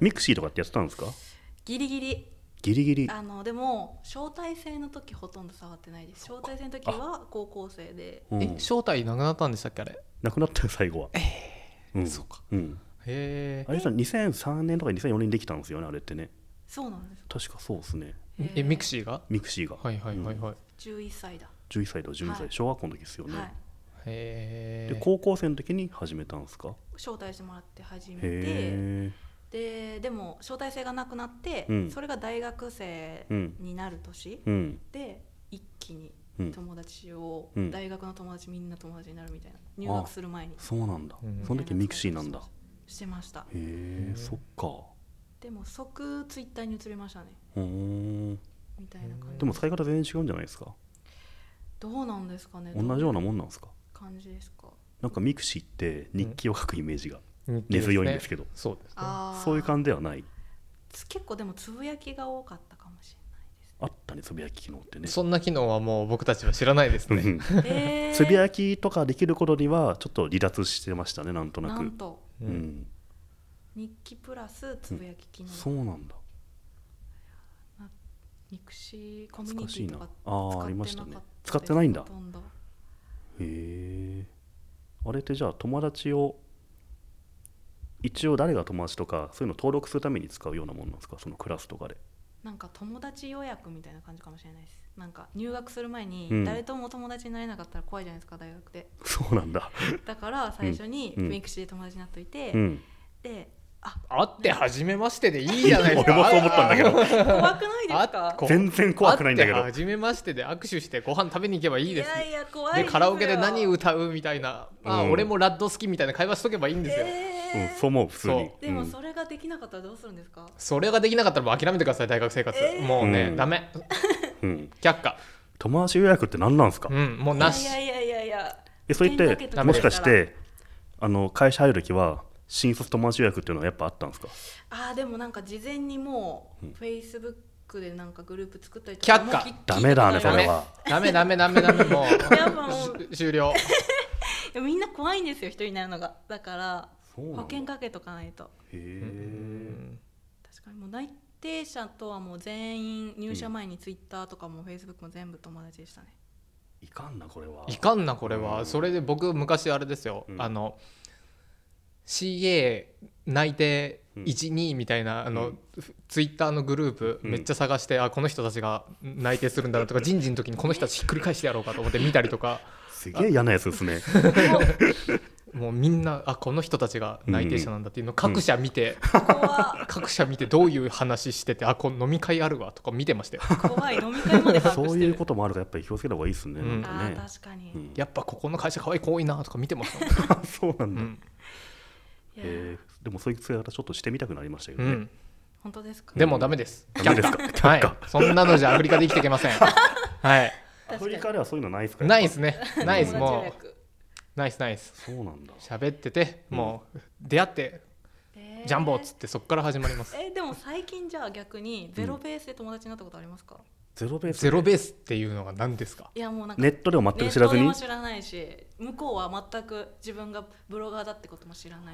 ミクシーとかってやってたんですかギリギリギリギリあのでも招待制の時ほとんど触ってないです招待制の時は高校生でうんえ正体なくなったんでしたっけあれなくなったよ最後はうんそうかうんへあれさ2003年とか2004年にできたんですよねあれってねそうなんです確かそうですねええミクシーがミクシーがはいはいはいはい11歳だ、 11歳と12歳、はい小学校の時ですよね、はいへでえ高校生の時に始めたんですか招待してもらって始めてへえででも招待制がなくなって、うんそれが大学生うんになる年うんで一気にうん友達を、うん大学の友達みんな友達になるみたいな入学する前にそうなんだ、うんその時ミクシーなんだへしてましたえうんそっかでも即ツイッターに移りましたねうーんみたいな感じでも使い方全然違うんじゃないですかどうなんですかね同じようなもんなんですか感じですかなんかミクシーって日記を書くイメージが、根根強いんですけどそうですねあーそういう感じではないつ結構でもつぶやきが多かったかもしあったねつぶやき機能ってねそんな機能はもう僕たちは知らないですうねんれ ないえーつぶやきとかできることにはちょっと離脱してましたねなんとななくんとうん、うん日記プラスつぶやき機能、そうなんだミクシーコミュ懐かニテしいなィとかあーありましたね使使っっててないんなだかったですほとんどへえあれってじゃあ友達を一応誰が友達とかそういうの登録するために使うようなもんなんですかそのクラスとかで なんか友達予約みたいな感じかもしれないですなんか入学する前うんに誰とも友達になれなかったら怖いじゃないですか大学でそうなんだだから最初にうんミクシーで友達になっといて、うんで会って初めましてでいいじゃないですか俺もそう思ったんだけど怖くないですかあこ全然怖くないんだけど会って初めましてで握手してご飯食べに行けばいいですやいや怖いでよカラオケで何歌うみたいな、あうん俺もラッド好きみたいな会話しとけばいいんですよ、うえんーそう思う普通にそでもうんそれができなかったらどうするんですか、それができなかったらもう諦めてください大学生活、えーもうね、うんダメうん却下友達予約って何なんですかうんもうなしいやいやいやいやえそれっ喧嘩てけとかもしかしてあの会社入る時は新卒友達予約っていうのはやっぱあったんですかあーでもなんか事前にもう、うんフェイスブックでなんかグループ作ったりと却もう下聞いダメだね聞いたそことなれいはダメダメダメダメもやっぱもううし終了でもみんな怖いんですよ人になるのがだからそう保なんだ険へかけとかないとうえん確かにもう内定者とはもう全員入社前にツイッターとかもフェイスブックも全部友達で したねいかんなこれはいかんなこれは、うんそれで僕昔あれですよ、うんあの CA 内定12、みたいなあの、うんツイッターのグループうんめっちゃ探して、あこの人たちが内定するんだなとか人事の時にこの人たちひっくり返してやろうかと思って見たりとかすげえ嫌なやつですねもうみんなあこの人たちが内定者なんだっていうのを各社見て、怖各社見てどういう話しててあこの飲み会あるわとか見てま したよ怖い飲み会まで把そ 握うしいてうることもあるからやっぱり気をつけた方がいいですね、うんなあんあかね、確かに、うん、やっぱここの会社可愛い子多いなとか見てましたもん、 そうなんうだ、んいやーえーでもそういう使い方ちょっとしてみたくなりましたけうどね、ん、本当ですかでもダメですダメですか却下はいそんなのじゃアフリカで生きていけま せんはいアフリカではそういうのないですかないやでっすね。ないです。友達予もう。約ないです、ないです。ぱそうなんだ喋ってて、もう、出会って、えージャンボっつって、そこから始まります。えーでも最近じゃあ逆にゼロベースで友達になったことありますか、ゼロベースゼロベースっていうのが何ですかいやもうなんかネットでも全く知らずにネットでも知らないし向こうは全く自分がブロガーだってことも知らな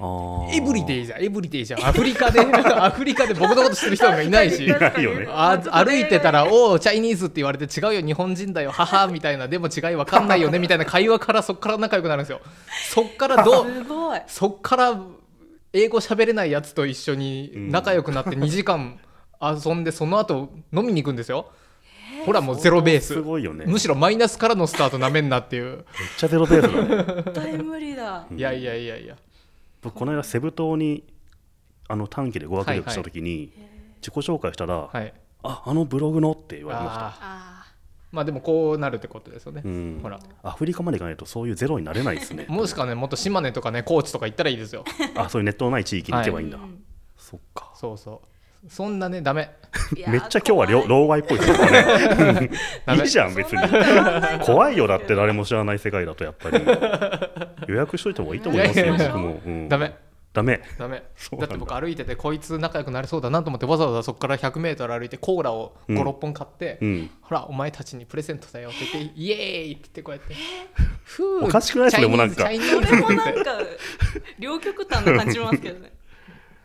いエブリデイイじゃん、エブリデイじゃん。アフリカで、 アフリカで僕のこと知ってる人なんかいないし。確かにいないよねあ歩いてたらら「おおチャイニーズ」って言われて「違うよ日本人だよ母」みたいな「でも違いわかんないよね」みたいな会話からそっから仲良くなるんですよそっからどうすごいそっから英語喋れないやつと一緒に仲良くなって2時間遊んでその後飲みに行くんですよ、ほらもうゼロベースすごいよねめむっしろマイナスからのスタートなめんなっていう、ちゃゼロベースだね絶対無理だうんいやいやいやいや僕この間セブ島にあの短期で語学力した時に自己紹介したら、はいああのブログのって言われましたあーあまあでもこうなるってことですよね、うんほらアフリカまで行かないとそういうゼロになれないです ねもしかねもっと島根とかね高知とか行ったらいいですよあそういうネットのない地域に行けばあいいんだ、うんそっかそうそうそんなねダメいやー めっちゃ今日は怖老い老害っぽいですね ダメいいじゃん別にそんな人なんないと思う怖いよだって誰も知らない世界だとやっぱり予約しといた方がいいと思いますいよやいや僕も、うんダメダメダメそうなだんだって僕歩いててこいつ仲良くなれそうだなと思ってわざわざそこから 100m 歩いてコーラをう56ん、本買って、うんほらお前たちにプレゼントだよって言ってイエーイって言ってこうやってふおかしくないそれもなんかチャイニそーズチャイニーズれもなんか両極端な感じしますけどね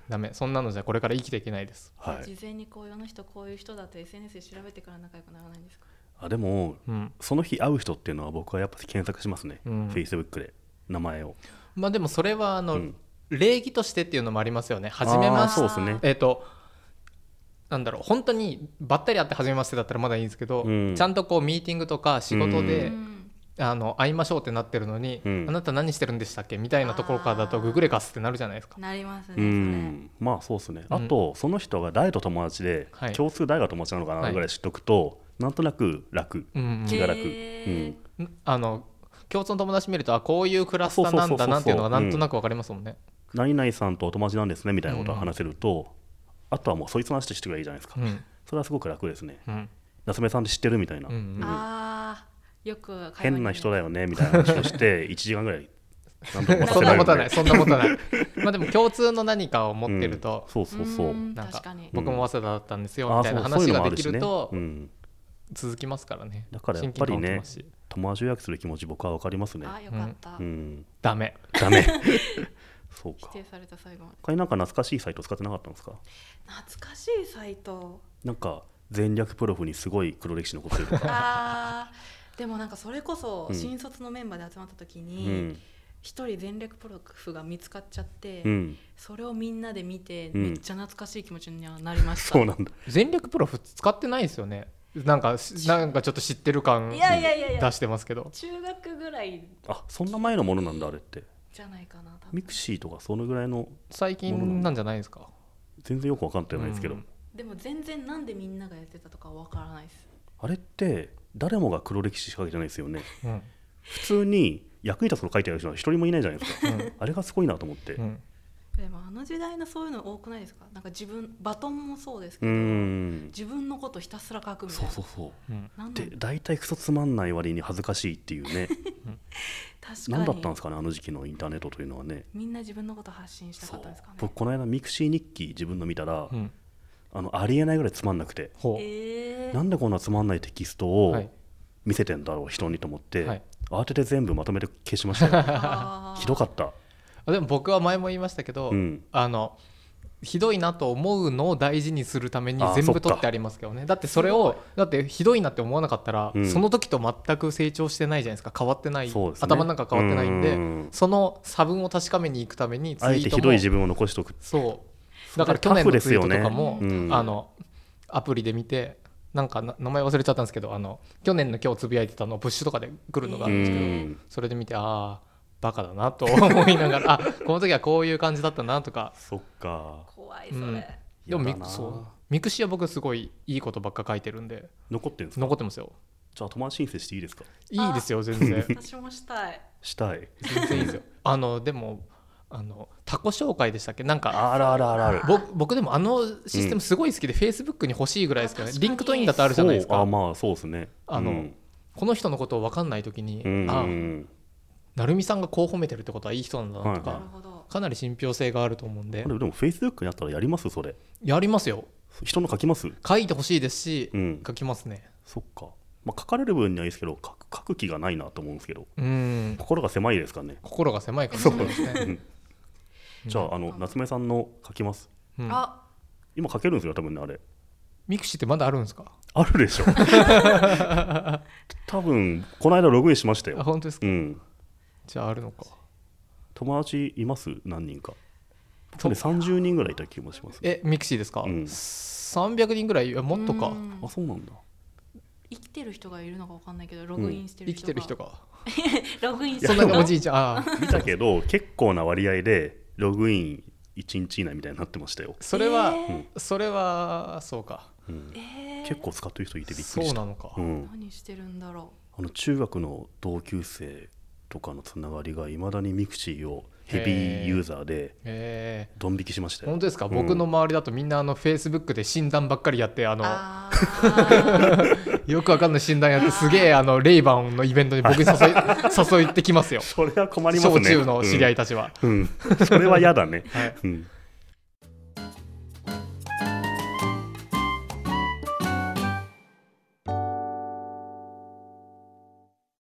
ダメそんなのじゃこれから生きていけないです はい、事前にこういう人こういう人だって SNS で調べてから仲良くならないんですかあでもうんその日会う人っていうのは僕はやっぱ検索しますね、うん Facebook で名前をまあでもそれはあの、うん礼儀としてっていうのもありますよね初めまあーしそてうですねえっ、となんだろう本当にばったり会って初めましてだったらまだいいんですけど、うんちゃんとこうミーティングとか仕事えで、うんあの会いましょうってなってるのに、うんあなた何してるんでしたっけみたいなところからだとググレカスってなるじゃないですかなりまうすねそれんまあそうですね、あとその人が誰と友達で、はい共通誰が友達なのかなぐらい知っとくと、なんとなく楽うんうん気が楽、へんあの共通の友達見るとあこういうクラスターなんだなっていうのがなんとなくわかりますもんね。うん、何々さんとお友達なんですねみたいなことを話せると、あとはもうそいつの話してくればいいじゃないですか、うんそれはすごく楽ですねうん夏目さんって知ってるみたいな、うんうんあーよく会話に変な人だよねみたいな話をして1時間ぐ らいなんとか待たそせんらなれるんでことはないそんなことはない。まあでも共通の何かを持ってるとうん、そうそうそう、んなんか確かに僕も早稲田だったんですよあみあたいそうなそういう話のもがあでるきしねるとうん、続きますからね。だからやっぱりね親近感湧きますし友達予約する気持ち僕は分かりますねあよかったうんダメ。ダ メそう否か定された最後まで他になんか懐かしいサイト使ってなかったんですか懐かしいサイトなんか全略プロフにすごい黒歴史残ってる とか、あーでもなんかそれこそうん新卒のメンバーで集まった時うにん一人全力プロフが見つかっちゃって、うん、それをみんなで見てうんめっちゃ懐かしい気持ちにはなりました、そうなんだ全力プロフ使ってないですよね。なんかしなんかちょっと知ってる感いやいやいやいや出してますけど。中学ぐらいあそんな前のものなんだあれってじゃないかな多分ミクシーとかそのぐらいの最近なんじゃないですか。全然よく分かってないですけど、うんでも全然なんでみんながやってたとかわからないですあれって誰もが黒歴史しか書いてないですよねうん普通に役に立つこと書いてある人は一人もいないじゃないです か、あれがすごいなと思ってう、んでもあの時代のそういうの多くないですかなんか自分バトンもそうですけうど、ん自分のことひたすら書くみたいそうなそうそううんなんだで大体クソつまんない割に恥ずかしいっていうね確かに何だったんですかねあの時期のインターネットというのはねみんな自分のこと発信したかそっうたんですかね僕この間ミクシー日記自分の見たら、うんあのありえないぐらいつまんなくて、ほう。えなんでこんなつまんないテキストをはい見せてんだろう人にと思って、はい慌てて全部まとめて消しました よあーひどかったあでも僕は前も言いましたけど、うんあのひどいなと思うのを大事にするためにあー全そっ部か取ってありますけどねだってそれをだってひどいなって思わなかったら、うんその時と全く成長してないじゃないですか変わってない、そうですね頭の中変わってないんでうんその差分を確かめに行くためにツイあえてートひもどい自分を残しておくそうだから去年のツイートとかも、それタフですよねうんあのアプリで見てなんかな名前忘れちゃったんですけどあの去年の今日つぶやいてたのをプッシュとかで来るのがあうるんですけど、んそれで見てああバカだなと思いながら あこの時はこういう感じだったなとかそっか怖いそれ、うんでやもだなミクそうミクシーは僕すごいいいことばっか書いてるんで残ってるんですか残ってますよじゃあ友達申請していいですかいいですよ全然私もしたいしたい全然いいですよあのでもあのタコ紹介でしたっけなんかあらあらあらあるぼ僕でもあのシステムすごい好きで、フェイスブックに欲しいぐらいですけどあね確かリにンクトインだとあるじゃないですそうかあまあそうですねあのうんこの人のことを分かんない時に、うんあなるみさんがこう褒めてるってことはいい人なんだなとか、はないるほどかなり信憑性があると思うんであれでもフェイスブックにあったらやりますそれやりますよ人の書きます書いてほしいですし、うん書きますねそっか、まあ、書かれる分にはいいですけど書く書く気がないなと思うんですけどうん心が狭いですかね心が狭いかもしれないですうね、んじゃああの夏目さんの書きますうんあ今書けるんですよ多分ねあれミクシーってまだあるんですか あるでしょ 多分この間ログインしましたあよ、本当ですか、うん、じゃああるのか友達います何人か多分30人ぐらいいた気もしますえミクシーですか、うん300人ぐらいいやもっとかうんあそうなんだ生きてる人がいるのかわかんないけどログインしてる生人きが、てる人がログインしてそるん人なにおじいちゃんあー見たけど結構な割合でログイン1日以内みたいになってましたよ、それは、えそれはそうかうんえー結構使ってる人いてびっくそりうしたなのか、うん、何してるんだろあの中学の同級生とかのつながりがいまだにミクシーをヘビーユーザーでえドン引きしましたーよ本当ですか、うん僕の周りだとみんなあのフェイスブックで診断ばっかりやってあうのあーよくわかんない診断やってすげえあのレイバンのイベントに僕に誘い 誘いってきますよそれは困りますね小中の知り合いたちは、うん、うんそれは嫌だね、はいうん